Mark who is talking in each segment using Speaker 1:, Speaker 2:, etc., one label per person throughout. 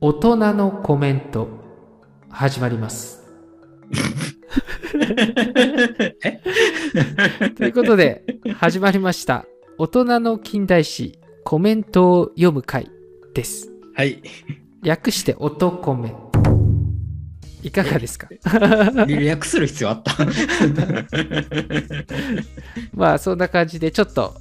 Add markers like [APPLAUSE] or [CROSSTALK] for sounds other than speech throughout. Speaker 1: 大人のコメント始まります。
Speaker 2: え
Speaker 1: [LAUGHS] ということで始まりました大人の近代史コメントを読む会です。
Speaker 2: はい。
Speaker 1: 略して音コメ。いかが [LAUGHS] ですか
Speaker 2: 略する必要あった。
Speaker 1: まあそんな感じでちょっと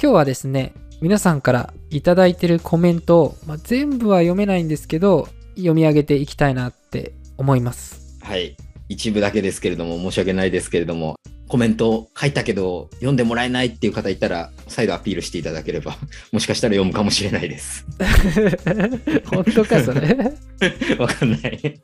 Speaker 1: 今日はですね皆さんからいただいてるコメントを、まあ、全部は読めないんですけど読み上げていきたいなって思います。 [LAUGHS]
Speaker 2: はい。一部だけですけれども、申し訳ないですけれども、コメント書いたけど、読んでもらえないっていう方いたら、再度アピールしていただければ、もしかしたら読むかもしれないです。
Speaker 1: 本当かそれ
Speaker 2: わかんない。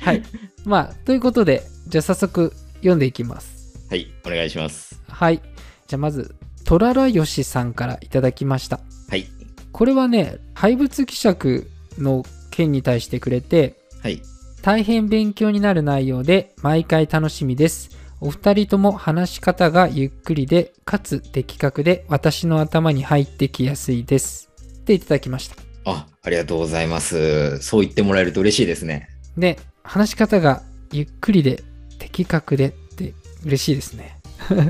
Speaker 1: はいまあということでじゃあ早速読んでいきます
Speaker 2: はい。お願いします。
Speaker 1: はいじゃあまずとららよしさんからいただきました
Speaker 2: はい。
Speaker 1: これはね廃物希釈の件に対してくれて
Speaker 2: はい。
Speaker 1: 大変勉強になる内容で毎回楽しみですお二人とも話し方がゆっくりでかつ的確で私の頭に入ってきやすいですっていただきました
Speaker 2: あ、ありがとうございます。そう言ってもらえると嬉しいですね。
Speaker 1: で話し方がゆっくりで的確でって嬉しいですね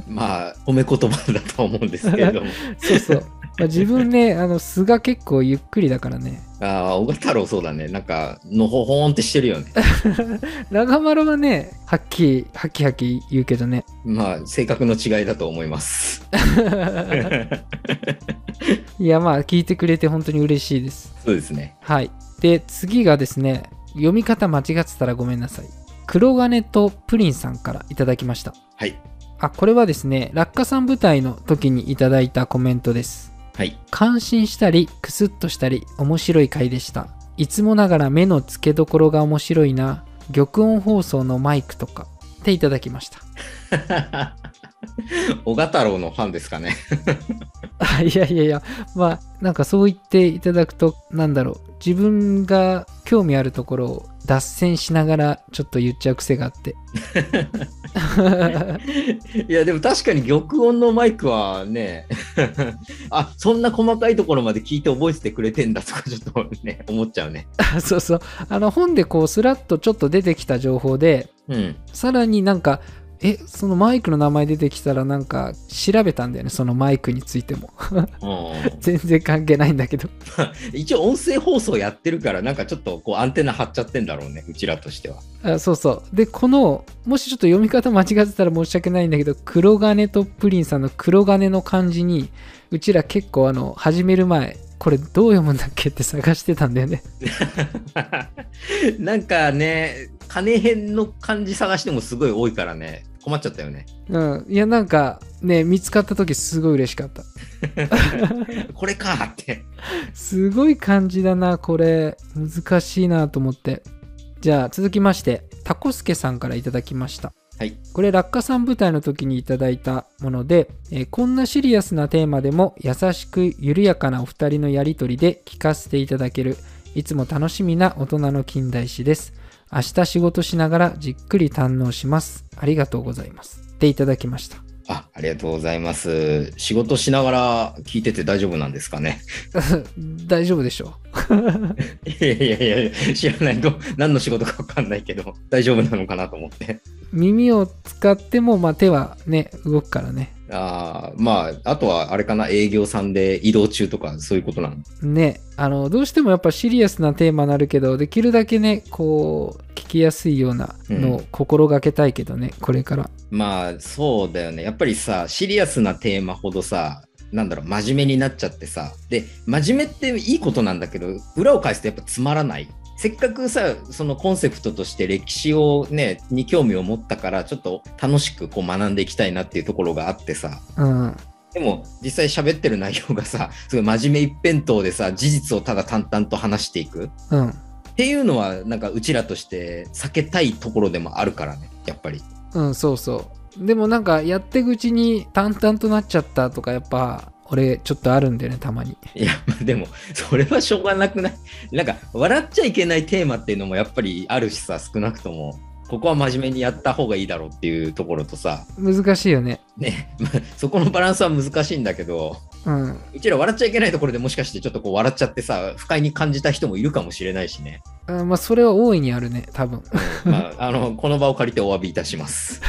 Speaker 2: まあ、褒め言葉だとは思うんですけれ [LAUGHS] ども。
Speaker 1: そうそう。まあ、自分ね、あの、素が結構ゆっくりだからね。
Speaker 2: ああ、小太郎そうだね。なんか、のほほーんってしてるよね。
Speaker 1: 長丸はね、はっきり、はっきはっき言うけどね。
Speaker 2: まあ、性格の違いだと思い [LAUGHS] ます。
Speaker 1: いや、まあ、聞いてくれて本当に嬉しいです。
Speaker 2: そうですね。
Speaker 1: はい。で、次がですね、読み方間違ってたらごめんなさい。黒金とプリンさんからいただきました。
Speaker 2: はい。
Speaker 1: あ、これはですね、落下さん舞台の時にいただいたコメントです。
Speaker 2: はい。
Speaker 1: 感心したりクスッとしたり面白い回でしたいつもながら目の付けどころが面白いな玉音放送のマイクとかっていただきました
Speaker 2: 小太郎のファンですかね。
Speaker 1: あ [LAUGHS] いやいやいやまあなんかそう言っていただくとなんだろう自分が興味あるところを脱線しながらちょっと言っちゃう癖があって [LAUGHS]
Speaker 2: いや、でも確かに玉音のマイクはね、あ、そんな細かいところまで聞いて覚えててくれてんだとか、ちょっとね、思っちゃうね。
Speaker 1: あそうそうあの本でこうスラッとちょっと出てきた情報で
Speaker 2: うん。
Speaker 1: さらになんかえそのマイクの名前出てきたらなんか調べたんだよねそのマイクについても
Speaker 2: うん
Speaker 1: 全然関係ないんだけど
Speaker 2: 一応音声放送やってるから、なんかちょっとこうアンテナ張っちゃってんだろうね、うちらとしては。 [LAUGHS]
Speaker 1: あそうそうでこのもしちょっと読み方間違ってたら申し訳ないんだけど黒金とプリンさんの黒金の漢字にうちら結構あの始める前これどう読むんだっけって探してたんだよね
Speaker 2: なんかね、金編の感じ探してもすごい多いからね、困っちゃったよね。
Speaker 1: うんいやなんかね見つかった時すごい嬉しかった
Speaker 2: これかって。
Speaker 1: すごい漢字だなこれ難しいなと思ってじゃあ続きましてタコスケさんからいただきました
Speaker 2: はい
Speaker 1: これ落下さん舞台の時にいただいたもので、えーこんなシリアスなテーマでも優しく緩やかなお二人のやりとりで聞かせていただけるいつも楽しみな大人の近代史です明日仕事しながらじっくり堪能しますありがとうございますでいただきました [LAUGHS]
Speaker 2: あ、ありがとうございます。仕事しながら聞いてて大丈夫なんですかね。
Speaker 1: 大丈夫でしょ
Speaker 2: いやいやいや、知らないと何の仕事かわかんないけど、大丈夫なのかなと思って。
Speaker 1: う耳を使っても、まあ、手はね動くからね
Speaker 2: ああ、まあ、あとはあれかな、営業さんで移動中とかそういうことなの。
Speaker 1: ねあのどうしてもやっぱシリアスなテーマになるけどできるだけねこう聞きやすいようなのを
Speaker 2: うん
Speaker 1: 心がけたいけどね、これから
Speaker 2: まあ、そうだよね。やっぱりさ、シリアスなテーマほどさ、なんだろう、真面目になっちゃってさ。で、真面目っていいことなんだけど、裏を返すとやっぱつまらない。せっかくさ、そのコンセプトとして歴史をね、に興味を持ったから、ちょっと楽しくこう学んでいきたいなっていうところがあってさ。
Speaker 1: うん
Speaker 2: でも実際喋ってる内容がさ、すごい真面目一辺倒でさ、事実をただ淡々と話していくっ
Speaker 1: うん
Speaker 2: ていうのは、なんかうちらとして避けたいところでもあるからね、やっぱり。
Speaker 1: うんそうそうでもなんかやってくうちに淡々となっちゃったとかやっぱ俺ちょっとあるんだよねたまに
Speaker 2: いや、まあでも、それはしょうがなくないなんか、笑っちゃいけないテーマっていうのもやっぱりあるしさ、少なくとも、ここは真面目にやった方がいいだろうっていうところとさ、
Speaker 1: 難しいよね
Speaker 2: ね、まあそこのバランスは難しいんだけど、
Speaker 1: うん。
Speaker 2: うちら笑っちゃいけないところでもしかしてちょっとこう笑っちゃってさ、不快に感じた人もいるかもしれないしね。
Speaker 1: あまあ、それは大いにあるね、多分。
Speaker 2: うんまあ、あの、この場を借りてお詫びいたします。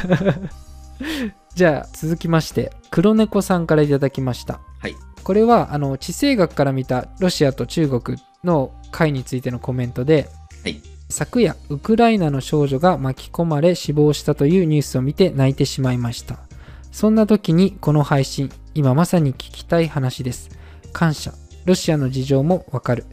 Speaker 1: じゃあ、続きまして、黒猫さんからいただきました。
Speaker 2: はい。
Speaker 1: これはあの地政学から見たロシアと中国の会についてのコメントで、
Speaker 2: はい
Speaker 1: 昨夜ウクライナの少女が巻き込まれ死亡したというニュースを見て泣いてしまいましたそんな時にこの配信今まさに聞きたい話です感謝ロシアの事情もわかる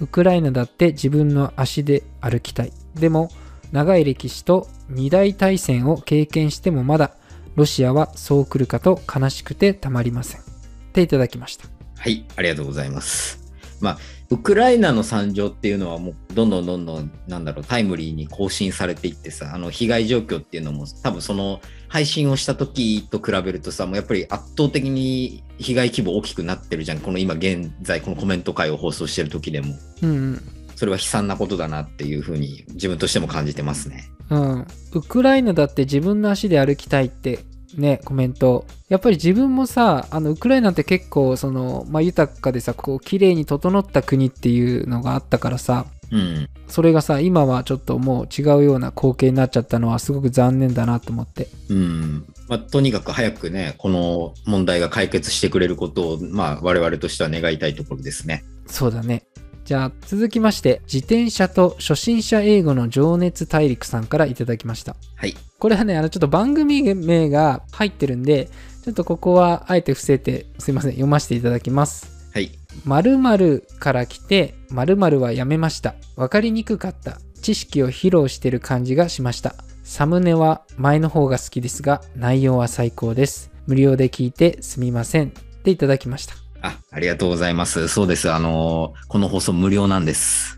Speaker 1: ウクライナだって自分の足で歩きたいでも長い歴史と二大大戦を経験してもまだロシアはそう来るかと悲しくてたまりませんっていただきました
Speaker 2: はい、ありがとうございます。まあ、ウクライナの惨状っていうのはもうどんどんどんどんなんだろうタイムリーに更新されていってさあの被害状況っていうのも多分その配信をした時と比べるとさもうやっぱり圧倒的に被害規模大きくなってるじゃんこの今現在このコメント会を放送してる時でも
Speaker 1: うん
Speaker 2: それは悲惨なことだなっていうふうに自分としても感じてますね。
Speaker 1: うん、うん、ウクライナだって自分の足で歩きたいってねコメントやっぱり自分もさあのウクライナって結構その、まあ、豊かでさこう綺麗に整った国っていうのがあったからさ
Speaker 2: うん、
Speaker 1: それがさ今はちょっともう違うような光景になっちゃったのはすごく残念だなと思って
Speaker 2: うんまあ、とにかく早くねこの問題が解決してくれることを、まあ、我々としては願いたいところですね。
Speaker 1: そうだねじゃあ続きまして自転車と初心者英語の情熱大陸さんからいただきました
Speaker 2: はい
Speaker 1: これはね、あの、ちょっと番組名が入ってるんで、ちょっとここはあえて伏せて、すいません、読ませていただきます。
Speaker 2: はい
Speaker 1: 〇〇から来て、〇〇はやめました。わかりにくかった。知識を披露してる感じがしました。サムネは前の方が好きですが、内容は最高です。無料で聞いてすみません。っていただきました。 [LAUGHS]
Speaker 2: あ、ありがとうございます。そうです。あのーこの放送無料なんです。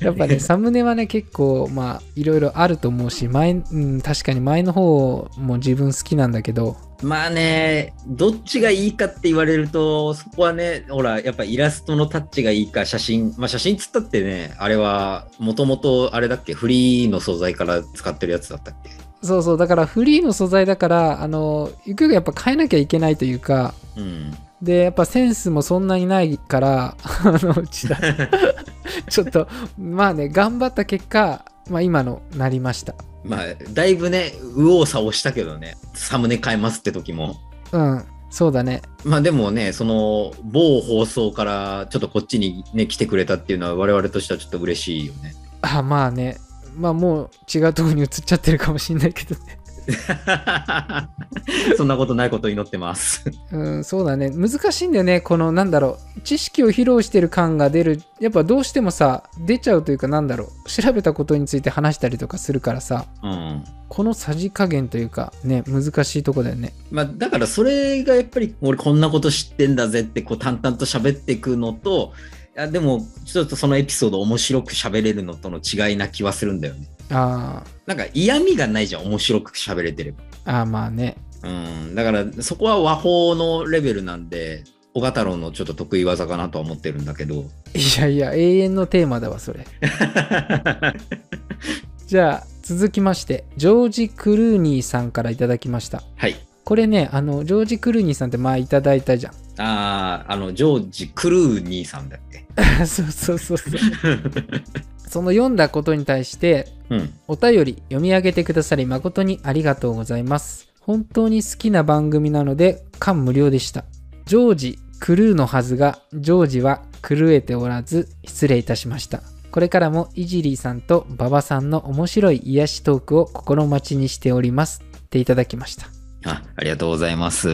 Speaker 1: やっぱね、サムネはね、結構、まあ、いろいろあると思うし、前、うん、確かに前の方も自分好きなんだけど、
Speaker 2: まあね、どっちがいいかって言われると、そこはね、ほら、やっぱイラストのタッチがいいか、写真、まあ写真つったってね、あれは、もともとあれだっけ、フリーの素材から使ってるやつだったっけ。
Speaker 1: そうそうだからフリーの素材だからあのゆくゆくやっぱ変えなきゃいけないというか
Speaker 2: うん。
Speaker 1: でやっぱセンスもそんなにないから [LAUGHS] あのうちだちょっと [LAUGHS] まあね頑張った結果、まあ、今のなりました
Speaker 2: まあ、だいぶね、右往左往したけどね、サムネ変えますって時も。
Speaker 1: うんそうだね
Speaker 2: まあでもね、その、某放送からちょっとこっちにね、来てくれたっていうのは、我々としてはちょっと嬉しいよね。
Speaker 1: あまあねまあもう違うところに移っちゃってるかもしんないけどね [LAUGHS]
Speaker 2: [LAUGHS] そんなことないことを祈ってます。
Speaker 1: うんそうだね難しいんだよねこのなんだろう知識を披露してる感が出るやっぱどうしてもさ出ちゃうというかなんだろう調べたことについて話したりとかするからさ
Speaker 2: うん。
Speaker 1: このさじ加減というかね難しいとこだよね
Speaker 2: まあ、だからそれがやっぱり俺こんなこと知ってんだぜってこう淡々と喋っていくのとあでもちょっとそのエピソード面白く喋れるのとの違いな気はするんだよね。
Speaker 1: あ
Speaker 2: なんか嫌味がないじゃん面白く喋れてれば。
Speaker 1: ーあーまあね
Speaker 2: うん。だからそこは和法のレベルなんで小太郎のちょっと得意技かなとは思ってるんだけ [LAUGHS] ど。
Speaker 1: いやいや永遠のテーマだわそれじゃあ続きましてジョージ・クルーニーさんからいただきました
Speaker 2: はい。
Speaker 1: これねあのジョージ・クルーニーさんって前いただいたじゃ
Speaker 2: ああ、あの、ジョージ・クルー兄さんだっけ。
Speaker 1: ん [LAUGHS] そうそうそうそうその読んだことに対して
Speaker 2: うん。
Speaker 1: お便り読み上げてくださり誠にありがとうございます。本当に好きな番組なので感無量でした。ジョージ、クルーのはずが、ジョージは狂えておらず失礼いたしました。これからもイジリーさんと馬場さんの面白い癒しトークを心待ちにしております。っていただきました。
Speaker 2: あありがとうございます。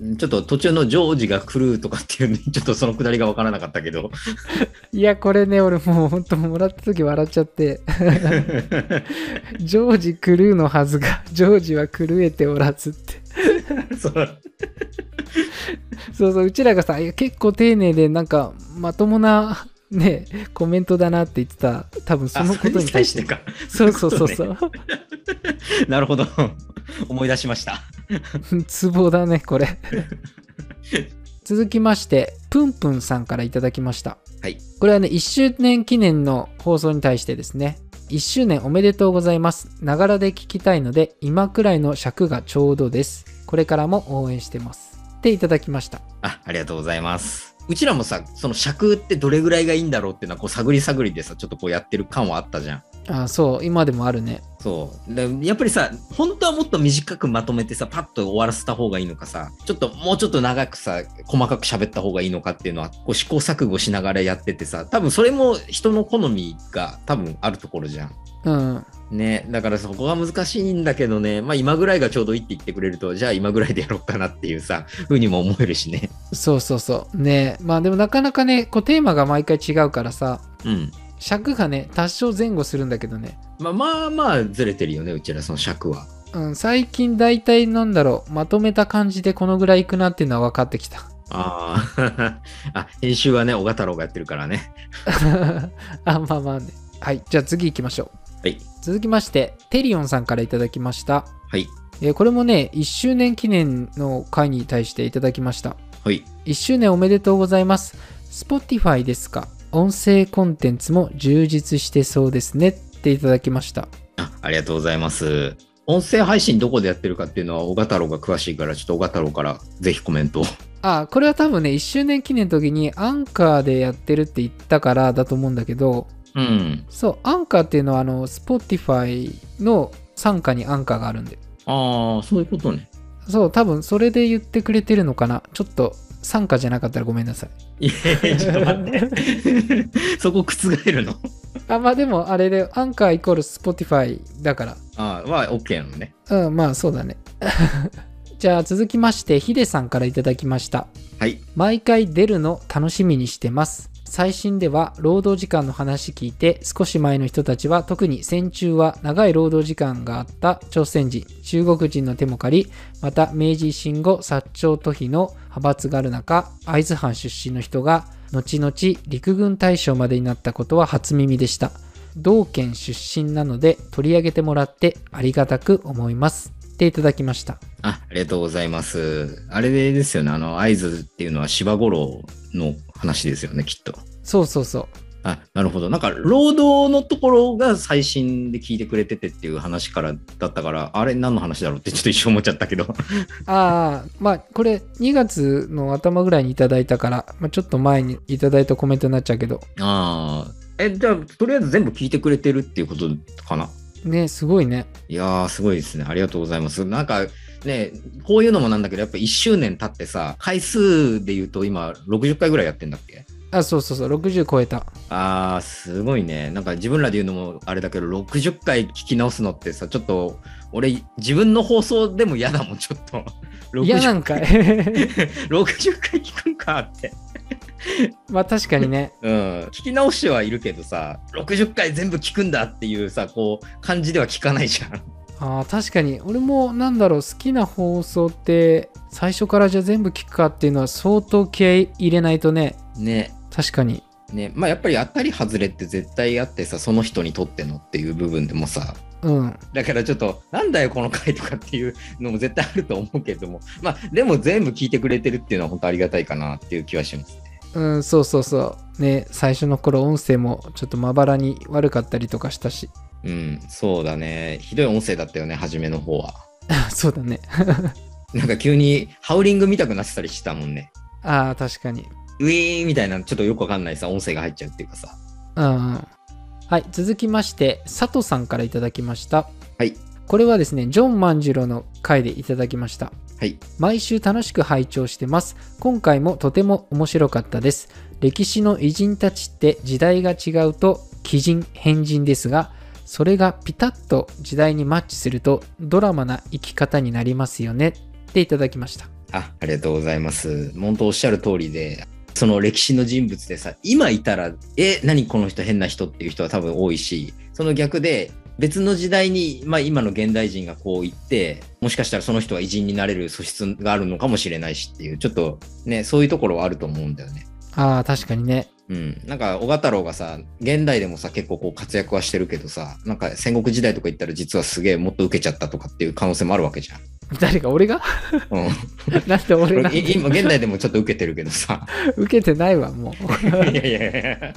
Speaker 2: んちょっと途中のジョージが来るとかっていうね、 [LAUGHS] ちょっとそのくだりが分からなかったけど。 [LAUGHS]
Speaker 1: いや、これね、俺もう本当もらった時笑っちゃって、ジョージ、クルーのはずが、ジョージは狂えておらずって。
Speaker 2: そう
Speaker 1: そうそう、うちらがさ、いや結構丁寧で、なんか、まともな、ね、コメントだなって言ってた、多分そ
Speaker 2: あ
Speaker 1: の
Speaker 2: そ
Speaker 1: こ
Speaker 2: れ
Speaker 1: と
Speaker 2: に
Speaker 1: に対
Speaker 2: 対
Speaker 1: し。
Speaker 2: しててか。
Speaker 1: そうそうそうそう。
Speaker 2: なるほど。 [LAUGHS] 思い出しました。
Speaker 1: [LAUGHS] ツボだね、これ。続きまして、ぷんぷんさんからいただきました。
Speaker 2: はい。
Speaker 1: これはね、1周年記念の放送に対してですね。1周年おめでとうございます。ながらで聞きたいので、今くらいの尺がちょうどです。これからも応援してます。っっていただきました。
Speaker 2: あありがとうございます。うちらもさ、その尺ってどれぐらいがいいんだろうっていうのは、こう探り探りでさ、ちょっとこうやってる感はあったじゃん。
Speaker 1: あそう、今でもあるね。
Speaker 2: そう。でやっぱりさ、本当はもっと短くまとめてさ、パッと終わらせた方がいいのかさ、ちょっともうちょっと長くさ、細かく喋った方がいいのかっていうのは、こう試行錯誤しながらやっててさ、多分それも人の好みが多分あるところじゃん。
Speaker 1: うん。
Speaker 2: ね、だからそこが難しいんだけどね、まあ今ぐらいがちょうどいいって言ってくれると、じゃあ今ぐらいでやろうかなっていうさ、ふうにも思えるしね。
Speaker 1: そうそうそう。ねまあでもなかなかね、こうテーマが毎回違うからさ、
Speaker 2: うん。
Speaker 1: 尺がね、多少前後するんだけどね。
Speaker 2: まあまあまあずれてるよね、うちらその尺は。
Speaker 1: うん、最近大体なんだろう、まとめた感じでこのぐらいいくなっていうのは分かってきた。 [LAUGHS]
Speaker 2: あー [LAUGHS] あ、編集はね、小賀太郎がやってるからね。
Speaker 1: あ、まあまあね。はい、じゃあ次行きましょう。
Speaker 2: はい。
Speaker 1: 続きまして、テリオンさんからいただきました。
Speaker 2: はい。
Speaker 1: えーこれもね、1周年記念の回に対していただきました。
Speaker 2: はい。
Speaker 1: 1周年おめでとうございます。Spotify ですか音声コンテンツも充実してそうですねっていただきました。
Speaker 2: あありがとうございます。音声配信どこでやってるかっていうのは、小賀太郎が詳しいから、ちょっと小賀太郎からぜひコメントを。
Speaker 1: あ、これは多分ね、1周年記念の時にアンカーでやってるって言ったからだと思うんだけど、
Speaker 2: うん。
Speaker 1: そう、アンカーっていうのは、あの、Spotify の傘下にアンカーがあるんで。
Speaker 2: ああ、そういうことね。
Speaker 1: そう、多分それで言ってくれてるのかな。ちょっと、傘下じゃなかったらごめんなさい。
Speaker 2: いや、ちょっと待 [LAUGHS] って。そこ覆るの
Speaker 1: あ、まあでも、あれで、アンカーイコール Spotify だか
Speaker 2: ああ、は OK なのね。
Speaker 1: ら。うん、まあそうだね。 [LAUGHS] じゃあ続きまして、ヒデさんからいただきました。
Speaker 2: はい。
Speaker 1: 毎回出るの楽しみにしてます。最新では労働時間の話聞いて少し前の人たちは特に戦中は長い労働時間があった朝鮮人中国人の手も借りまた明治維新後薩長都比の派閥がある中会津藩出身の人が後々陸軍大将までになったことは初耳でした同県出身なので取り上げてもらってありがたく思いますっていただきました
Speaker 2: あありがとうございます。あれですよね、あの、合図っていうのは芝五郎の話ですよね、きっと。
Speaker 1: そうそうそう
Speaker 2: あなるほど。なんか、労働のところが最新で聞いてくれててっていう話からだったから、あれ、何の話だろうってちょっと一瞬思っちゃったけど。
Speaker 1: ああ、まあ、これ、2月の頭ぐらいにいただいたから、まあ、ちょっと前にいただいたコメントになっちゃうけど、
Speaker 2: ああ。え、じゃあ、とりあえず全部聞いてくれてるっていうことかな。
Speaker 1: ね、すごいね。
Speaker 2: いやー、すごいですね。ありがとうございます。なんか、ね、こういうのもなんだけど、やっぱ1周年経ってさ、回数で言うと今、60回ぐらいやってんだっけ
Speaker 1: あ、そうそうそう、60超えた。
Speaker 2: あー、すごいね。なんか自分らで言うのもあれだけど、60回聞き直すのってさ、ちょっと、俺、自分の放送でも嫌だもん、ちょっと。
Speaker 1: いや、なんか、
Speaker 2: 60回聞くんかって。
Speaker 1: [LAUGHS] まあ、確かにね。
Speaker 2: うん、聞き直してはいるけどさ60回全部聞くんだっていうさこう感じでは聞かないじゃん。
Speaker 1: ああ、確かに、俺も、なんだろう、好きな放送って、最初からじゃあ全部聞くかっていうのは、相当気合い入れないとね、
Speaker 2: ね
Speaker 1: 確かに。
Speaker 2: ねまあやっぱり当たり外れって絶対あってさその人にとってのっていう部分でもさ
Speaker 1: うん。
Speaker 2: だからちょっとなんだよこの回とかっていうのも絶対あると思うけどもまあでも全部聞いてくれてるっていうのは本当ありがたいかなっていう気はします。
Speaker 1: うん、そうそうそう。ね、最初の頃、音声もちょっとまばらに悪かったりとかしたし。 [LAUGHS]
Speaker 2: うん、そうだね。ひどい音声だったよね、初めの方は。
Speaker 1: あそうだね。
Speaker 2: なんか急にハウリング見たくなってたりしたもんね。
Speaker 1: ああ、確かに。
Speaker 2: ウィーンみたいな、ちょっとよくわかんないさ、音声が入っちゃうっていうかさ。
Speaker 1: うんはい、続きまして、佐藤さんからいただきました。
Speaker 2: はい。
Speaker 1: これはですね、ジョン万次郎の回でいただきました。
Speaker 2: はい。
Speaker 1: 毎週楽しく拝聴してます。今回もとても面白かったです。歴史の偉人たちって時代が違うと奇人、変人ですが、それがピタッと時代にマッチするとドラマな生き方になりますよねっていただきました。
Speaker 2: あありがとうございます。本当おっしゃる通りで、その歴史の人物でさ、今いたら、え、何この人変な人っていう人は多分多いし、その逆で、別の時代に、まあ今の現代人がこう言って、もしかしたらその人は偉人になれる素質があるのかもしれないしっていう、ちょっとね、そういうところはあると思うんだよね。
Speaker 1: ああ、確かにね。
Speaker 2: うん。なんか、小賀太郎がさ、現代でもさ、結構こう活躍はしてるけどさ、なんか戦国時代とか言ったら実はすげえもっと受けちゃったとかっていう可能性もあるわけじゃん。
Speaker 1: 誰か俺が [LAUGHS]
Speaker 2: うん。
Speaker 1: なんで俺が
Speaker 2: い今、現代でもちょっと受けてるけどさ。
Speaker 1: 受けてないわ、もう。
Speaker 2: いやいやいや。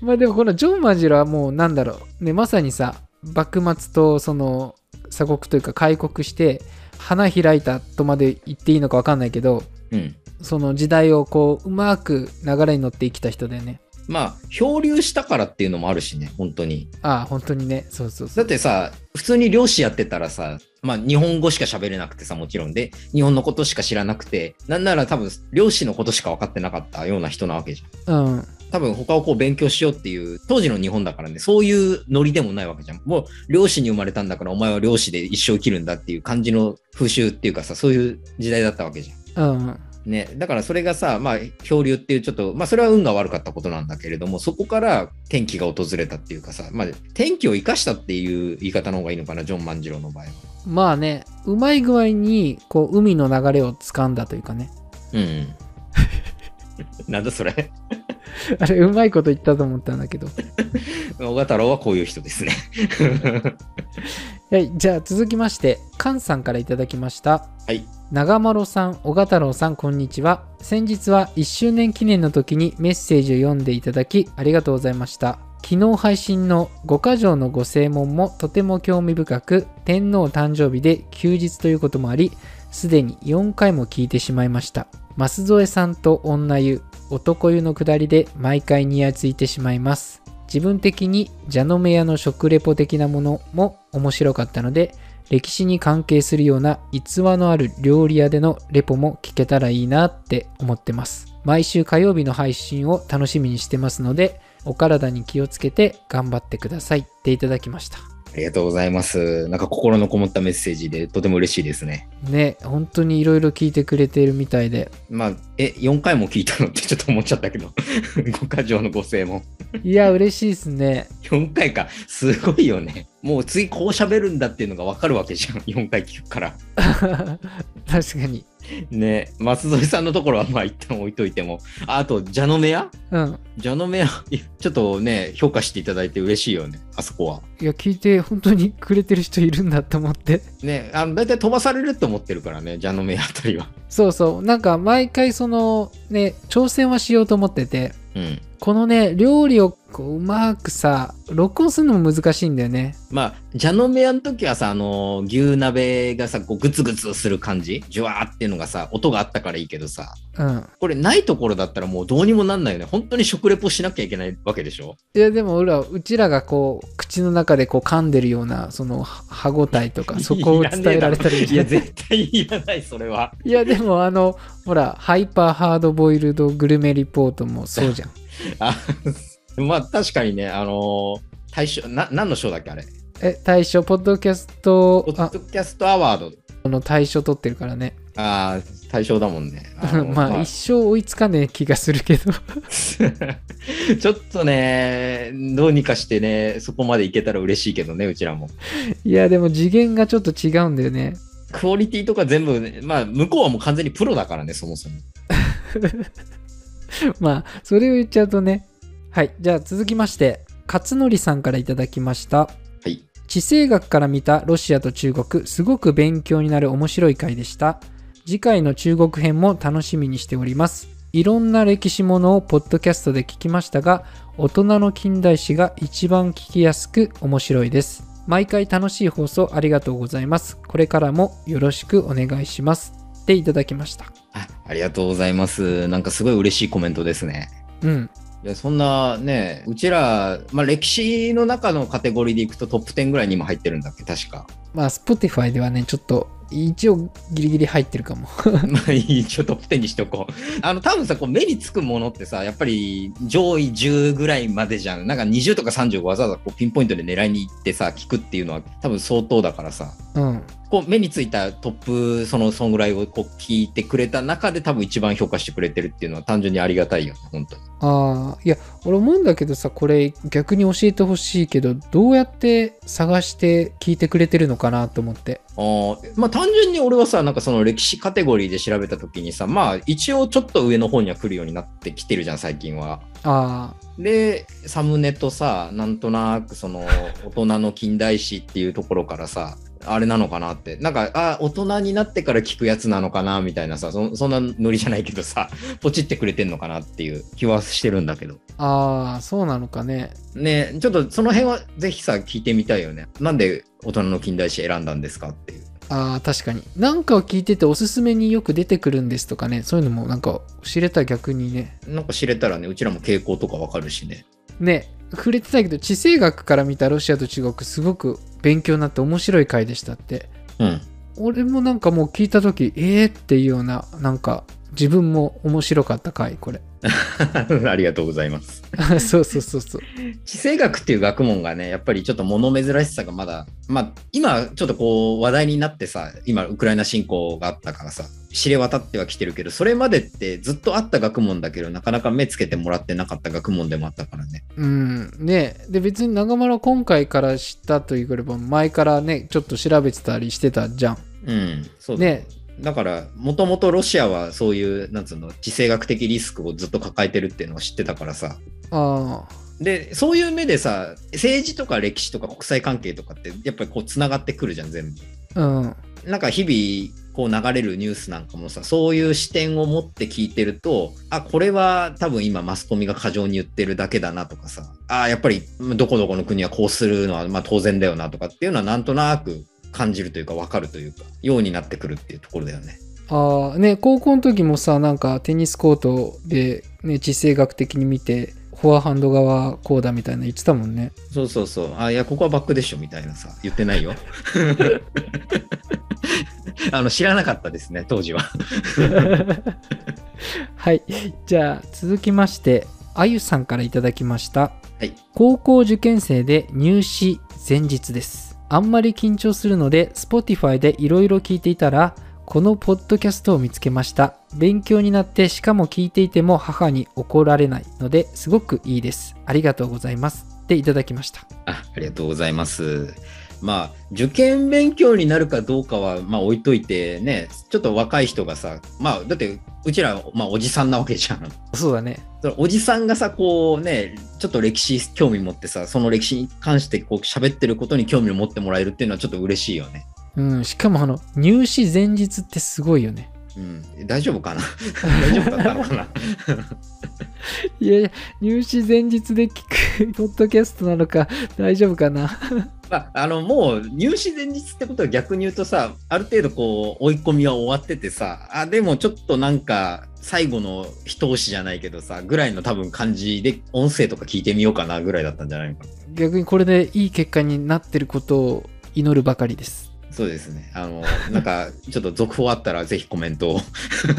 Speaker 1: まあでもこのジョン万次郎はもうなんだろうねまさにさ幕末とその鎖国というか開国して花開いたとまで言っていいのか分かんないけど
Speaker 2: うん。
Speaker 1: その時代をこううまく流れに乗って生きた人だよね
Speaker 2: まあ、漂流したからっていうのもあるしね、本当に。
Speaker 1: ああ本当にねそうそうそ
Speaker 2: だ
Speaker 1: う
Speaker 2: ってさ、普通に漁師やってたらさ、まあ、日本語しか喋れなくてさ、もちろんで、日本のことしか知らなくて、なんなら多分、漁師のことしか分かってなかったような人なわけじゃん。
Speaker 1: うん
Speaker 2: 多分他をこう勉強しようっていう当時の日本だからねそういうノリでもないわけじゃんもう漁師に生まれたんだからお前は漁師で一生生きるんだっていう感じの風習っていうかさそういう時代だったわけじゃん。
Speaker 1: うん
Speaker 2: ね、だからそれがさ、まあ、漂流っていうちょっと、まあ、それは運が悪かったことなんだけれどもそこから天気が訪れたっていうかさ、まあ、天気を生かしたっていう言い方の方がいいのかなジョン万次郎の場合は。
Speaker 1: まあねうまい具合にこう海の流れをつかんだというかね [LAUGHS]
Speaker 2: うんうん、 [LAUGHS] なんだそれ
Speaker 1: あれうまいこと言ったと思ったんだけど
Speaker 2: 小型郎はこういう人ですね。 [LAUGHS]
Speaker 1: はいじゃあ続きましてカンさんからいただきました
Speaker 2: はい
Speaker 1: 長丸さん、小太郎さん、こんにちは。先日は1周年記念の時にメッセージを読んでいただき、ありがとうございました。昨日配信の五箇条のご正門もとても興味深く、天皇誕生日で休日ということもあり、すでに4回も聞いてしまいました。舛添さんと女湯、男湯のくだりで毎回ニヤついてしまいます。自分的にジャノメ屋の食レポ的なものも面白かったので、歴史に関係するような逸話のある料理屋でのレポも聞けたらいいなって思ってます。毎週火曜日の配信を楽しみにしてますので、お体に気をつけて頑張ってくださいっていただきました。
Speaker 2: ありがとうございます。なんか心のこもったメッセージでとても嬉しいですね。
Speaker 1: ね、本当にいろいろ聞いてくれてるみたいで、
Speaker 2: まあ、え、4回も聞いたのってちょっと思っちゃったけど、 [LAUGHS] 五箇条のご声も。
Speaker 1: いや、嬉しいですね。 [LAUGHS]
Speaker 2: 4回か、すごいよね。もう次こう喋るんだっていうのがわかるわけじゃん、4回聞くから。
Speaker 1: 確かに。
Speaker 2: ね、松添さんのところはまあ一旦置いといても、ああと、蛇の目屋
Speaker 1: うん。
Speaker 2: 蛇の目屋、ちょっとね、評価していただいて嬉しいよね、あそこは。
Speaker 1: いや、聞いて本当にくれてる人いるんだと思って。
Speaker 2: ね、あの、だいたい飛ばされるって思ってるからね、蛇の目屋あたりは。
Speaker 1: そうそう、なんか毎回その、ね、挑戦はしようと思ってて、
Speaker 2: うん。
Speaker 1: このね料理をこううまくさ録音するのも難しいんだよね
Speaker 2: まあ、ジャノメアの時はさ、あのー牛鍋がさ、こうグツグツする感じ、ジュワーっていうのがさ、音があったからいいけどさ、
Speaker 1: うん
Speaker 2: これないところだったらもうどうにもなんないよね。本当に食レポしなきゃいけないわけでしょ
Speaker 1: いやでも俺らうちらがこう口の中でこう噛んでるようなそのは歯ごたえ
Speaker 2: [LAUGHS]
Speaker 1: とかそこを伝えられたらいい
Speaker 2: い
Speaker 1: じゃ
Speaker 2: や、
Speaker 1: んいや
Speaker 2: 絶対いらない、それは。
Speaker 1: でもあのほらハイパーハードボイルドグルメリポートもそうじゃん
Speaker 2: あまあ、確かにね、あのー大賞、な、何の賞だっけ、あれ。
Speaker 1: え大賞ポッドキャスト
Speaker 2: ポッ
Speaker 1: あ
Speaker 2: ドキャストアワード。
Speaker 1: の大賞取ってるからね
Speaker 2: ああ、大賞だもんね。あ [LAUGHS] の
Speaker 1: [LAUGHS] まあ一生追いつかねえ気がするけど
Speaker 2: ちょっとね、どうにかしてね、そこまでいけたら嬉しいけどね、うちらも。
Speaker 1: いやでも次元がちょっと違うんだよね [LAUGHS]
Speaker 2: クオリティとか全部ね、まあ、向こうはもう完全にプロだからね、そもそも。
Speaker 1: まあそれを言っちゃうとねはいじゃあ続きまして勝則さんからいただきました
Speaker 2: はい。
Speaker 1: 地政学から見たロシアと中国すごく勉強になる面白い回でした次回の中国編も楽しみにしておりますいろんな歴史ものをポッドキャストで聞きましたが大人の近代史が一番聞きやすく面白いです毎回楽しい放送ありがとうございますこれからもよろしくお願いしますっていただきました
Speaker 2: あありがとうございます。なんかすごい嬉しいコメントですね。
Speaker 1: うん
Speaker 2: いやそんなね、うちら、まあ、歴史の中のカテゴリーでいくとトップ10ぐらいに今入ってるんだっけ、確か。
Speaker 1: まあ Spotify ではねちょっと一応ギリギリ入ってるかも
Speaker 2: まあ一応トップ10にしとこう。あの、多分さ、こう目につくものってさ、やっぱり上位10ぐらいまでじゃん。なんか20とか30わざわざこうピンポイントで狙いに行ってさ、聞くっていうのは多分相当だからさ。
Speaker 1: うん
Speaker 2: こう目についたトップそのそんぐらいをこう聞いてくれた中で多分一番評価してくれてるっていうのは単純にありがたいよね本当に
Speaker 1: ああいや俺思うんだけどさこれ逆に教えてほしいけどどうやって探して聞いてくれてるのかなと思って
Speaker 2: あーまあ単純に俺はさなんかその歴史カテゴリーで調べた時にさまあ一応ちょっと上の方には来るようになってきてるじゃん最近は
Speaker 1: あ
Speaker 2: でサムネとさなんとなくその大人の近代史っていうところからさあれなのかなってなんかあ大人になってから聞くやつなのかなみたいなさそそんなノリじゃないけどさ [LAUGHS] ポチってくれてんのかなっていう気はしてるんだけど
Speaker 1: ーあーそうなのかね
Speaker 2: ねちょっとその辺はぜひさ聞いてみたいよねなんで大人の近代史選んだんですかっていう
Speaker 1: あー確かになんかを聞いてておすすめによく出てくるんですとかねそういうのもなんか知れたら逆にね
Speaker 2: なんか知れたらね、うちらも傾向とかわかるしね。
Speaker 1: ね触れてたけど地政学から見たロシアと中国すごく勉強になって面白い回でしたって
Speaker 2: うん。
Speaker 1: 俺もなんかもう聞いた時えーっていうようななんか自分も面白かった回これ
Speaker 2: [LAUGHS] ありがとうございます。
Speaker 1: [LAUGHS] そうそうそうそう
Speaker 2: 地政学っていう学問がね、やっぱりちょっと物珍しさがまだ、まあ今ちょっとこう話題になってさ、今ウクライナ侵攻があったからさ、知れ渡ってはきてるけど、それまでってずっとあった学問だけど、なかなか目つけてもらってなかった学問でもあったからね。
Speaker 1: うんねで別に長丸は今回から知ったというければ前からねちょっと調べてたりしてたじゃん
Speaker 2: うん、そうだ。
Speaker 1: ね
Speaker 2: だから、もともとロシアはそういう、なんつうの、地政学的リスクをずっと抱えてるっていうのは知ってたからさ、
Speaker 1: ああ
Speaker 2: でそういう目でさ政治とか歴史とか国際関係とかってやっぱりこうつながってくるじゃん全部
Speaker 1: うん
Speaker 2: なんか日々こう流れるニュースなんかもさそういう視点を持って聞いてるとあこれは多分今マスコミが過剰に言ってるだけだなとかさあやっぱりどこどこの国はこうするのはまあ当然だよなとかっていうのはなんとなく感じるというか分かるというかようになってくるっていうところだよね。
Speaker 1: ああね高校の時もさなんかテニスコートで、ね、地政学的に見てフォアハンド側こうだみたいな言ってたもんね
Speaker 2: そうそうそう。あ、いや、ここはバックでしょみたいなさ、言ってないよ。あの、知らなかったですね、当時は。
Speaker 1: はいじゃあ続きましてあゆさんからいただきました
Speaker 2: はい。
Speaker 1: 高校受験生で入試前日ですあんまり緊張するので Spotify でいろいろ聞いていたらこのポッドキャストを見つけました勉強になってしかも聞いていても母に怒られないのですごくいいですありがとうございますっていただきました
Speaker 2: あありがとうございます。まあ、受験勉強になるかどうかは、まあ、置いといてね、ちょっと若い人がさ、まあ、だって、うちら、まあ、おじさんなわけじゃん。
Speaker 1: そうだね
Speaker 2: そのおじさんがさ、こうね、ちょっと歴史興味持ってさ、その歴史に関して、こう、喋ってることに興味を持ってもらえるっていうのはちょっと嬉しいよね。
Speaker 1: うんしかもあの入試前日ってすごいよね
Speaker 2: うん、大丈夫かな大丈夫だったのかない
Speaker 1: やいや入試前日で聞く [LAUGHS] ポッドキャストなのか大丈夫かな
Speaker 2: まあ、あのもう入試前日ってことは逆に言うとさある程度こう追い込みは終わっててさあでもちょっとなんか最後の一押しじゃないけどさぐらいの多分感じで音声とか聞いてみようかなぐらいだったんじゃないのかな
Speaker 1: 逆にこれでいい結果になってることを祈るばかりです
Speaker 2: そうですねあの [LAUGHS] なんかちょっと続報あったらぜひコメントを [LAUGHS]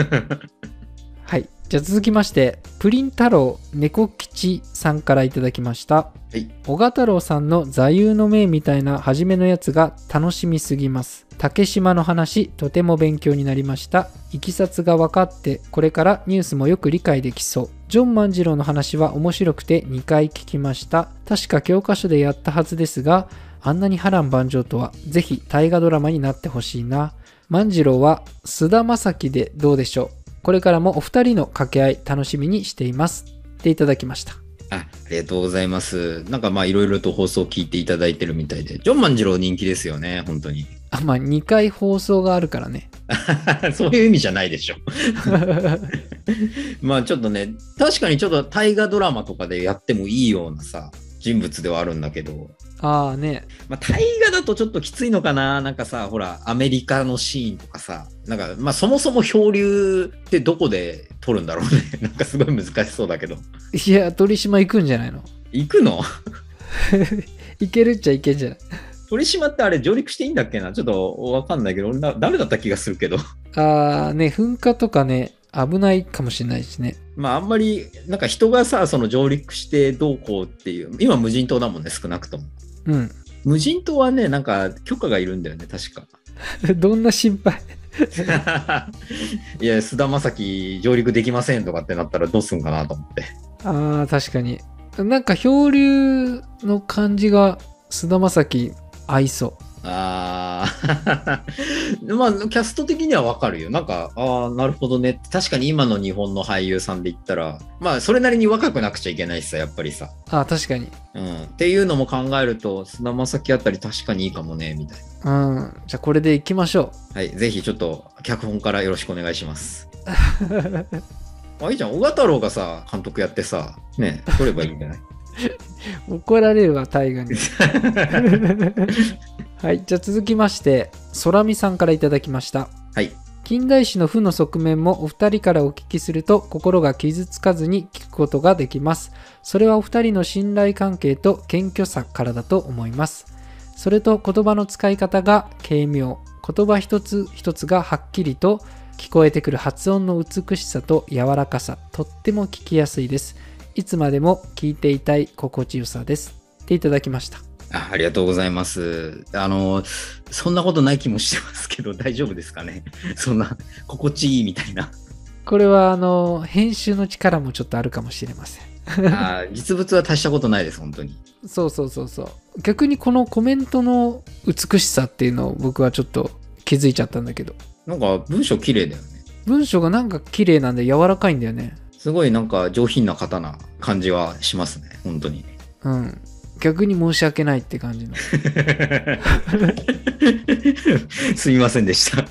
Speaker 1: はい。じゃあ続きまして、プリン太郎猫吉さんからいただきました。
Speaker 2: はい
Speaker 1: 小賀太郎さんの座右の銘みたいな初めのやつが楽しみすぎます。竹島の話、とても勉強になりました。いきさつが分かって、これからニュースもよく理解できそう。ジョン万次郎の話は面白くて2回聞きました。確か教科書でやったはずですが、あんなに波乱万丈とは、ぜひ大河ドラマになってほしいな。万次郎は菅田将暉でどうでしょうこれからもお二人の掛け合い楽しみにしています。っていただきました。
Speaker 2: あありがとうございますなんかまあいろいろと放送聞いていただいてるみたいでジョン万次郎人気ですよね本当に [LAUGHS]
Speaker 1: あ、まあ2回放送があるからね。
Speaker 2: そういう意味じゃないでしょまあちょっとね、確かにちょっと大河ドラマとかでやってもいいようなさ、人物ではあるんだけど、
Speaker 1: [LAUGHS] ああね。
Speaker 2: まあ大河だとちょっときついのかな、なんかさ、ほら、アメリカのシーンとかさ、なんか、まあそもそも漂流ってどこで撮るんだろうね。 [LAUGHS] なんかすごい難しそうだけど。
Speaker 1: いや、鳥島行くんじゃないの [LAUGHS]
Speaker 2: 行くの
Speaker 1: 行けるっちゃ行けんじゃない
Speaker 2: 鳥島ってあれ上陸していいんだっけなちょっとわかんないけど、俺な誰だった気がするけど。
Speaker 1: ああね、噴火とかね、危ないかもしれないしね。
Speaker 2: まああんまり、なんか人がさ、その上陸してどうこうっていう、今無人島だもんね、少なくとも。
Speaker 1: うん。 [LAUGHS]
Speaker 2: 無人島はね、なんか許可がいるんだよね、確か。
Speaker 1: どんな心配
Speaker 2: いや、菅田将暉上陸できませんとかってなったらどうすんかなと思って。
Speaker 1: ああ、確かに。なんか漂流の感じが菅田将暉合いそ
Speaker 2: ああ、 [LAUGHS] まあ、キャスト的にはわかるよ。なんか、ああ、なるほどね。確かに今の日本の俳優さんで言ったら、まあ、それなりに若くなくちゃいけないしさ、やっぱりさ。
Speaker 1: う。ああ、確かに。
Speaker 2: うん。っていうのも考えると、菅田将暉あたり確かにいいかもね、みたいな。
Speaker 1: うん。じゃあこれで行きましょ
Speaker 2: はい、ぜひちょっと、脚本からよろしくお願いします。
Speaker 1: う。
Speaker 2: あ、いいじゃん。小太郎がさ、監督やってさ、ね、撮ればいいんじゃない [LAUGHS]
Speaker 1: 怒られるわ大河にはいじゃあ続きまして空見さんからいただきました
Speaker 2: はい。
Speaker 1: 近代史の負の側面もお二人からお聞きすると心が傷つかずに聞くことができます。それはお二人の信頼関係と謙虚さからだと思います。それと言葉の使い方が軽妙。言葉一つ一つがはっきりと聞こえてくる発音の美しさと柔らかさ、とっても聞きやすいです。いつまでも聞いていたい心地よさです。っていただきました。
Speaker 2: あありがとうございます。あの、そんなことない気もしてますけど、 [LAUGHS] 大丈夫ですかね。そんな、心地いいみたいな。
Speaker 1: これはあの、編集の力もちょっとあるかもしれません。
Speaker 2: あー実物は足したことないです、本当に。
Speaker 1: そうそうそうそう逆にこのコメントの美しさっていうのを僕はちょっと気づいちゃったんだけど
Speaker 2: なんか、文章綺麗だよね。
Speaker 1: 文章がなんか綺麗なんで柔らかいんだよね
Speaker 2: すごいなんか上品な方な感じはしますね、本当に。 [LAUGHS]
Speaker 1: うん逆に申し訳ないって感じの
Speaker 2: すみませんでした。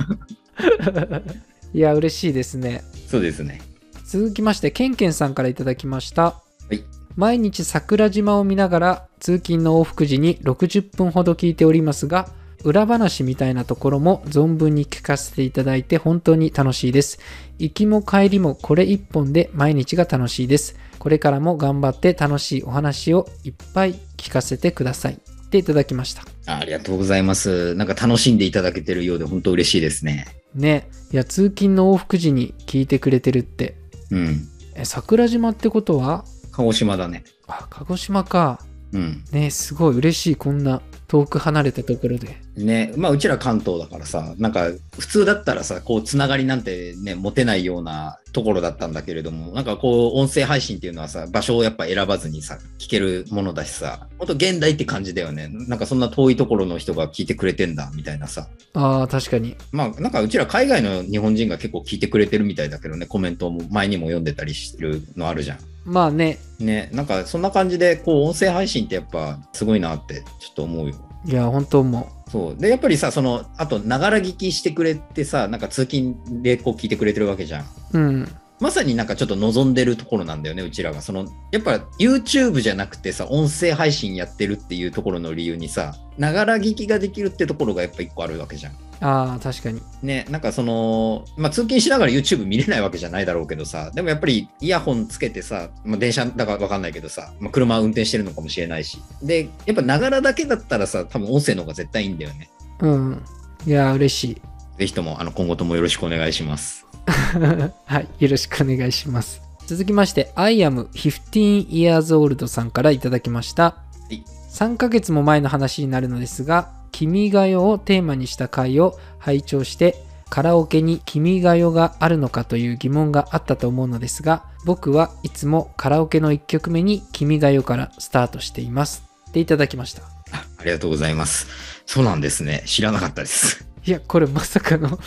Speaker 2: [LAUGHS]
Speaker 1: いや嬉しいですね
Speaker 2: そうですね。
Speaker 1: 続きましてケンケンさんからいただきました
Speaker 2: はい
Speaker 1: 毎日桜島を見ながら通勤の往復時に60分ほど聞いておりますが裏話みたいなところも存分に聞かせていただいて本当に楽しいです行きも帰りもこれ一本で毎日が楽しいですこれからも頑張って楽しいお話をいっぱい聞かせてくださいっていただきました
Speaker 2: あありがとうございます。なんか楽しんでいただけてるようで本当嬉しいですね。
Speaker 1: ねいや通勤の往復時に聞いてくれてるって
Speaker 2: うん。
Speaker 1: え桜島ってことは
Speaker 2: 鹿児島だね。
Speaker 1: あ鹿児島か
Speaker 2: うん。
Speaker 1: ねすごい嬉しいこんな遠く離れたところで
Speaker 2: ね、まあうちら関東だからさ、なんか普通だったらさ、こうつながりなんてね、持てないようなところだったんだけれども、なんかこう音声配信っていうのはさ、場所をやっぱ選ばずにさ、聞けるものだしさ、ほんと現代って感じだよね。なんかそんな遠いところの人が聞いてくれてんだ、みたいなさ。
Speaker 1: あー確かに
Speaker 2: まあなんかうちら海外の日本人が結構聞いてくれてるみたいだけどね、コメントも前にも読んでたりしてるのあるじゃん。
Speaker 1: まあね
Speaker 2: ね、なんかそんな感じで、こう音声配信ってやっぱすごいなってちょっと思うよ。
Speaker 1: いや本当も
Speaker 2: そう。で、やっぱりさ、その、あと、ながら聞きしてくれてさ、なんか通勤でこう聞いてくれてるわけじゃん。
Speaker 1: ううん
Speaker 2: まさになんかちょっと望んでるところなんだよね、うちらが。その、やっぱ YouTube じゃなくてさ、音声配信やってるっていうところの理由にさ、ながら聞きができるってところがやっぱ一個あるわけじゃん。
Speaker 1: あー確かに
Speaker 2: ね、なんかその、まあ、通勤しながら YouTube 見れないわけじゃないだろうけどさ、でもやっぱりイヤホンつけてさ、まあ、電車だからわかんないけどさ、まあ、車運転してるのかもしれないし。で、やっぱながらだけだったらさ、多分音声の方が絶対いいんだよね。
Speaker 1: うんいや嬉しい
Speaker 2: ぜひとも、あの、今後ともよろしくお願いします。
Speaker 1: [LAUGHS] はいよろしくお願いします続きまして I am 15 years old さんからいただきました
Speaker 2: い
Speaker 1: 3ヶ月も前の話になるのですが「君が代」をテーマにした回を拝聴してカラオケに「君が代」があるのかという疑問があったと思うのですが僕はいつもカラオケの1曲目に「君が代」からスタートしていますっていただきました
Speaker 2: あありがとうございます。そうなんですね。知らなかったです。
Speaker 1: いやこれまさかの [LAUGHS]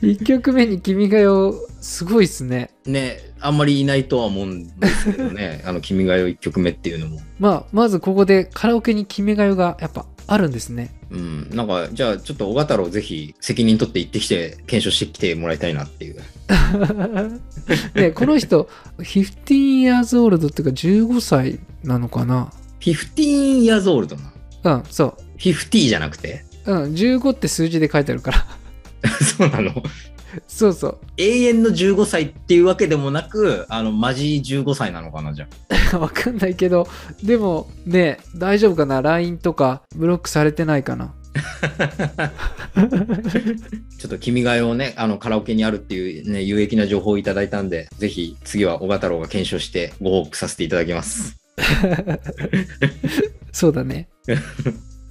Speaker 1: 1曲目に「君が代」すごいっすね
Speaker 2: ね、あんまりいないとは思うんですけどね、 [LAUGHS] あの、君が代1曲目っていうのも。
Speaker 1: まあまずここでカラオケに「君が代」がやっぱあるんですね
Speaker 2: うん、なんか、じゃあ、ちょっと小太郎ぜひ責任取って行ってきて、検証してきてもらいたいなっていう。
Speaker 1: ねこの人15 years old っていうか15歳なのかな
Speaker 2: 15 years old な。
Speaker 1: うんそ
Speaker 2: 50じゃなくて。 [LAUGHS]
Speaker 1: う、うん、15って数字で書いてあるから [LAUGHS]
Speaker 2: そうなの。
Speaker 1: そうそう [LAUGHS]
Speaker 2: 永遠の15歳っていうわけでもなく、あの、マジ15歳なのかな、じゃあ。
Speaker 1: わかんないけどでもね大丈夫かな LINE とかブロックされてないかな
Speaker 2: ちょっと君が代をね、あの、カラオケにあるっていうね、有益な情報をいただいたんで、ぜひ次は小太郎が検証してご報告させていただきます。
Speaker 1: そうだね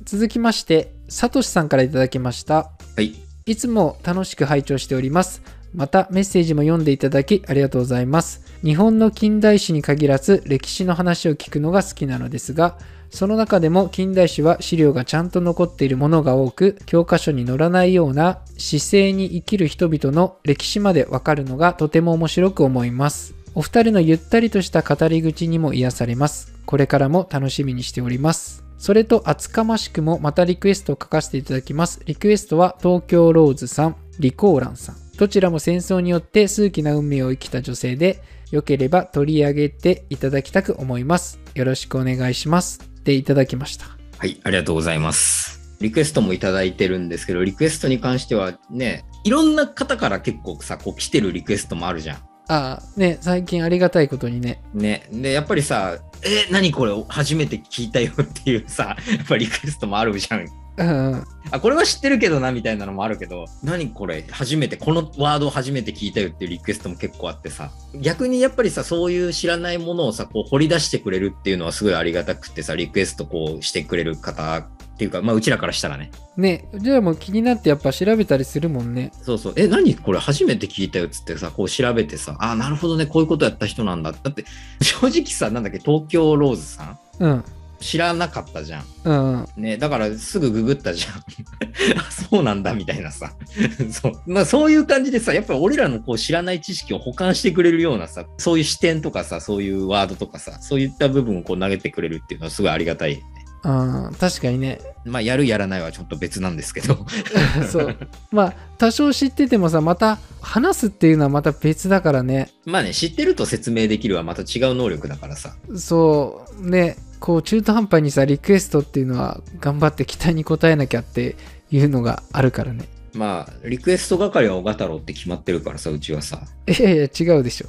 Speaker 1: 続きましてさとしさんからいただきました
Speaker 2: はい。
Speaker 1: いつも楽しく拝聴しております。またメッセージも読んでいただきありがとうございます。日本の近代史に限らず歴史の話を聞くのが好きなのですが、その中でも近代史は資料がちゃんと残っているものが多く、教科書に載らないような姿勢に生きる人々の歴史までわかるのがとても面白く思います。お二人のゆったりとした語り口にも癒されます。これからも楽しみにしております。それと厚かましくもまたリクエストを書かせていただきます。リクエストは東京ローズさん、リコーランさん。どちらも戦争によって数奇な運命を生きた女性で、良ければ取り上げていただきたく思います。よろしくお願いします。っていただきました。
Speaker 2: はい、ありがとうございます。リクエストもいただいてるんですけど、リクエストに関してはね、いろんな方から結構さ、こう来てるリクエストもあるじゃん。
Speaker 1: ああ、ね、最近ありがたいことにね。
Speaker 2: ね。で、やっぱりさ、え、何これ初めて聞いたよっていうさ、やっぱリクエストもあるじゃん。
Speaker 1: うんうん。
Speaker 2: あ、これは知ってるけどなみたいなのもあるけど、何これ初めて、このワード初めて聞いたよっていうリクエストも結構あってさ、逆にやっぱりさ、そういう知らないものをさ、こう掘り出してくれるっていうのはすごいありがたくてさ、リクエストこうしてくれる方っていうか、まあうちらからしたらね、
Speaker 1: ね、じゃあもう気になってやっぱ調べたりするもんね。
Speaker 2: そうそう、え、何これ初めて聞いたよっつってさ、こう調べてさ、あ、なるほどね、こういうことやった人なんだ。だって、正直さ、なんだっけ、東京ローズさん
Speaker 1: うん。
Speaker 2: 知らなかったじゃん。
Speaker 1: うんうん。
Speaker 2: ね、だからすぐググったじゃん。 [LAUGHS] あそうなんだみたいなさ。 [LAUGHS] そうまあ、そういう感じでさ、やっぱり俺らのこう知らない知識を補完してくれるようなさ、そういう視点とかさ、そういうワードとかさ、そういった部分をこう投げてくれるっていうのはすごいありがたいよね。
Speaker 1: あー確かにね。 [LAUGHS]
Speaker 2: まあ、やるやらないはちょっと別なんですけど。 [LAUGHS]
Speaker 1: そう。まあ、多少知っててもさ、また話すっていうのはまた別だからね。
Speaker 2: まあね、知ってると説明できるはまた違う能力だからさ。
Speaker 1: そう。ね、こう中途半端にさ、リクエストっていうのは頑張って期待に応えなきゃっていうのがあるからね。
Speaker 2: まあ、リクエスト係は小太郎って決まってるからさ、うちはさ。 [LAUGHS]
Speaker 1: いやいや、違うでしょ。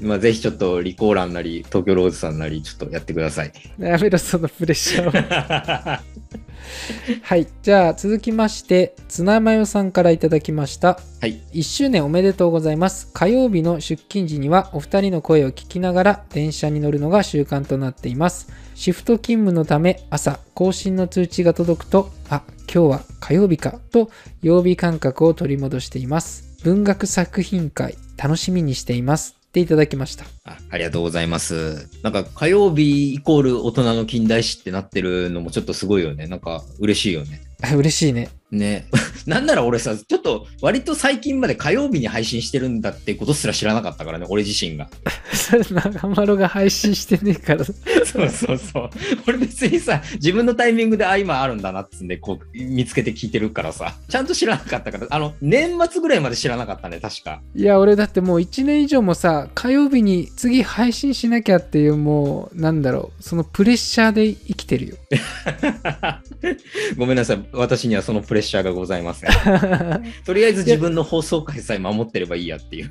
Speaker 2: まあ、ぜひちょっと、リコーランなり、東京ローズさんなり、ちょっとやってください。
Speaker 1: やめろ、そのプレッシャーを。はい。じゃあ、続きまして、ツナマヨさんからいただきました。
Speaker 2: はい。
Speaker 1: 1周年おめでとうございます火曜日の出勤時にはお二人の声を聞きながら電車に乗るのが習慣となっていますシフト勤務のため朝更新の通知が届くとあ今日は火曜日かと曜日感覚を取り戻しています文学作品会楽しみにしていますっていただきました
Speaker 2: あありがとうございます。なんか火曜日イコール大人の近代史ってなってるのもちょっとすごいよね。なんか嬉しいよね。
Speaker 1: あ嬉しいね
Speaker 2: ね。 [LAUGHS] なんなら俺さ、ちょっと割と最近まで火曜日に配信してるんだってことすら知らなかったからね、俺自身が。
Speaker 1: [LAUGHS]
Speaker 2: [LAUGHS]
Speaker 1: それ長丸が配信してねえから
Speaker 2: そうそうそう。俺別にさ、自分のタイミングで、あ、今あるんだなっつんで、こう、見つけて聞いてるからさ、ちゃんと知らなかったから、あの、年末ぐらいまで知らなかったね、確か。 [LAUGHS]
Speaker 1: いや俺だってもう1年以上もさ火曜日に次配信しなきゃっていうもうなんだろうそのプレッシャーで生きてるよ
Speaker 2: ごめんなさい、私にはそのプレッシャーがございません。とりあえず自分の放送回さえ守ってればいいやっていう。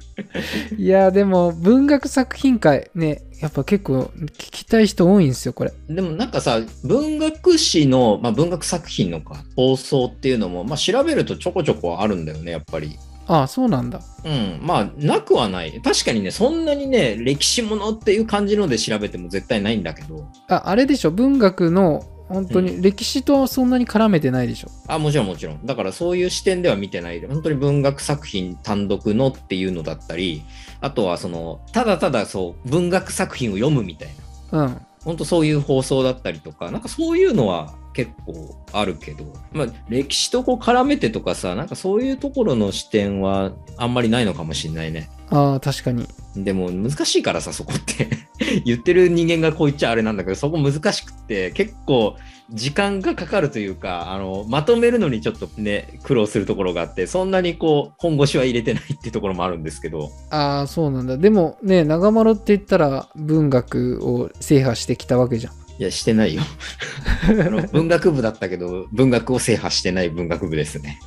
Speaker 1: いやでも文学作品会ねやっぱ結構聞きたい人多いんですよこれ
Speaker 2: でもなんかさ、文学史の、まあ、文学作品のか、放送っていうのも、まあ、調べるとちょこちょこあるんだよね、やっぱり。
Speaker 1: ああそうなんだ
Speaker 2: うん、まあ、なくはない。確かにね、そんなにね、歴史ものっていう感じので調べても絶対ないんだけど、
Speaker 1: ああれでしょ文学の本当
Speaker 2: う
Speaker 1: に歴史とそんなに絡めてないでしょ、
Speaker 2: あ、もちろんもちろん。だからそういう視点では見てないで、本当に文学作品単独のっていうのだったり、あとはその、ただただそう、文学作品を読むみたいな。
Speaker 1: うん
Speaker 2: 本当そういう放送だったりとか、なんかそういうのは結構あるけど、まあ、歴史とこう絡めてとかさ、なんかそういうところの視点はあんまりないのかもしれないね。
Speaker 1: ああ確かに
Speaker 2: でも難しいからさ、そこって。 [LAUGHS] 言ってる人間がこう言っちゃあれなんだけど、そこ難しくって、結構時間がかかるというか、あの、まとめるのにちょっとね、苦労するところがあって、そんなにこう、本腰は入れてないってところもあるんですけど、
Speaker 1: ああそうなんだでもね長丸って言ったら文学を制覇してきたわけじゃん
Speaker 2: いや、してないよ。 [LAUGHS] あの文学部だったけど、文学を制覇してない文学部ですね。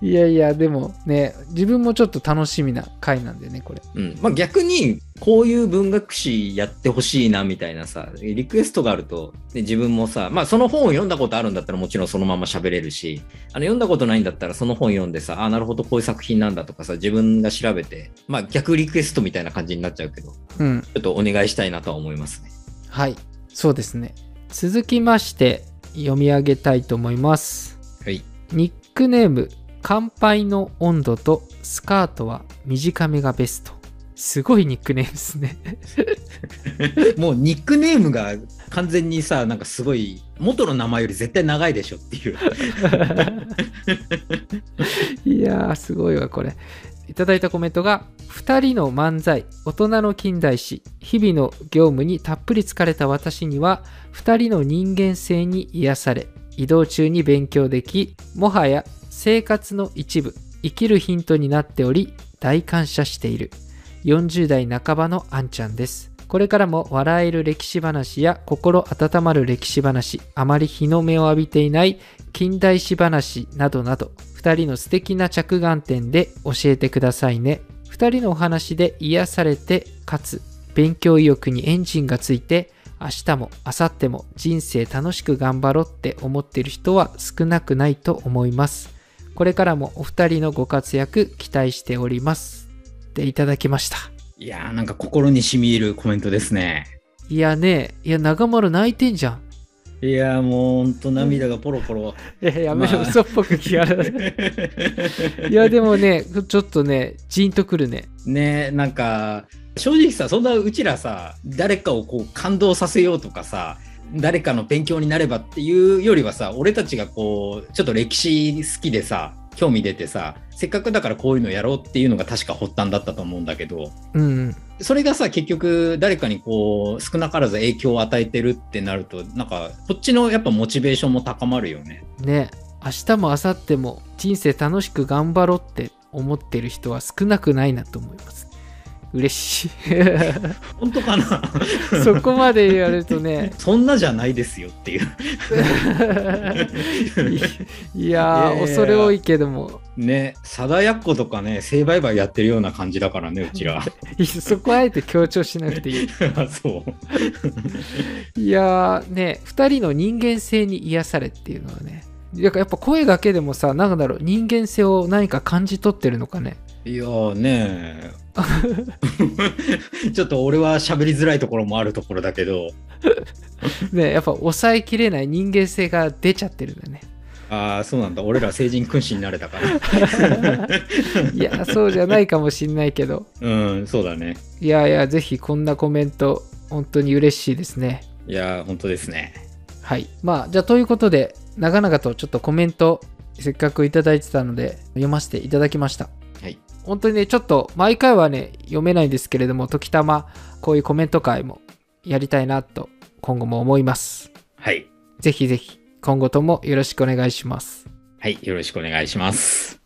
Speaker 1: いやいやでもね自分もちょっと楽しみな回なんでねこれ
Speaker 2: うん。まあ、逆に、こういう文学史やってほしいな、みたいなさ、リクエストがあると、で自分もさ、まあ、その本を読んだことあるんだったらもちろんそのまま喋れるし、あの、読んだことないんだったらその本読んでさ、あ、なるほど、こういう作品なんだとかさ、自分が調べて、まあ、逆リクエストみたいな感じになっちゃうけど、ち
Speaker 1: うん
Speaker 2: ょっとお願いしたいなとは思いますね。
Speaker 1: はいそうですね続きまして読み上げたいと思います
Speaker 2: はい。
Speaker 1: ニックネーム「乾杯の温度とスカートは短めがベスト」すごいニックネームですね
Speaker 2: もうニックネームが完全にさ、なんかすごい、元の名前より絶対長いでしょっていう。
Speaker 1: いやーすごいわこれいただいたコメントが「2人の漫才大人の近代史日々の業務にたっぷり疲れた私には2人の人間性に癒され移動中に勉強できもはや生活の一部生きるヒントになっており大感謝している40代半ばのあんちゃんですこれからも笑える歴史話や心温まる歴史話、あまり日の目を浴びていない近代史話などなど、2人の素敵な着眼点で教えてくださいね。2人のお話で癒されて、かつ勉強意欲にエンジンがついて、明日も明後日も人生楽しく頑張ろうって思ってる人は少なくないと思います。これからもお二人のご活躍期待しております。でいただきました。
Speaker 2: いやーなんか心に染み入るコメントですね。
Speaker 1: いやね、いや長丸泣いてんじゃん。
Speaker 2: いやーもうほんと涙がポロポロ。
Speaker 1: いややめ
Speaker 2: めろ
Speaker 1: ろ、嘘っぽく聞かれ [LAUGHS] いやでもね、ちょっとね、ジーンとくるね。
Speaker 2: ねなんか正直さそんなうちらさ誰かをこう感動させようとかさ誰かの勉強になればっていうよりはさ俺たちがこうちょっと歴史好きでさ興味出てさせっかくだからこういうのやろうっていうのが確か発端だったと思うんだけど
Speaker 1: うん。
Speaker 2: それがさ結局誰かにこう少なからず影響を与えてるってなるとなんかこっちのやっぱモチベーションも高まるよね。
Speaker 1: ね、明日も明後日も人生楽しく頑張ろうって思ってる人は少なくないなと思います。嬉 [LAUGHS] しい。
Speaker 2: 本当かな。
Speaker 1: そこまで言われるとね [LAUGHS]
Speaker 2: そんなじゃないですよっていう。
Speaker 1: いや
Speaker 2: いやいやい
Speaker 1: ー、
Speaker 2: や
Speaker 1: 恐れ多いけども、
Speaker 2: ね、貞奴とかね、性売買やってるような感じだからね、うちら。 [LAUGHS]
Speaker 1: いやそこはあえて強調しなくてい
Speaker 2: あそう。
Speaker 1: い。いやー、ね、2人の人間性に癒されっていうのはね、やっぱやっぱ声だけでもさ、なんだろう、人間性を何か感じ取ってるのかね。
Speaker 2: いやーねちょっと俺は喋りづらいところもあるところだけど、
Speaker 1: ね、やっぱ抑えきれない人間性が出ちゃってるんだね。
Speaker 2: ああ、そうなんだ。俺ら成人君子になれたから。
Speaker 1: いや、そうじゃないかもしんないけど。
Speaker 2: うん、そうだね。
Speaker 1: いやいや、ぜひこんなコメント、本当に嬉しいですね。
Speaker 2: いやー、本当ですね。
Speaker 1: はい。まあ、じゃあ、ということで、長々とちょっとコメント、せっかくいただいてたので、読ませていただきました。
Speaker 3: はい。
Speaker 1: 本当にね、ちょっと、毎回はね、読めないんですけれども、時たま、こういうコメント会もやりたいなと、今後も思います。
Speaker 2: はい。
Speaker 1: ぜひぜひ、今後ともよろしくお願いします。
Speaker 2: はい、よろしくお願いします。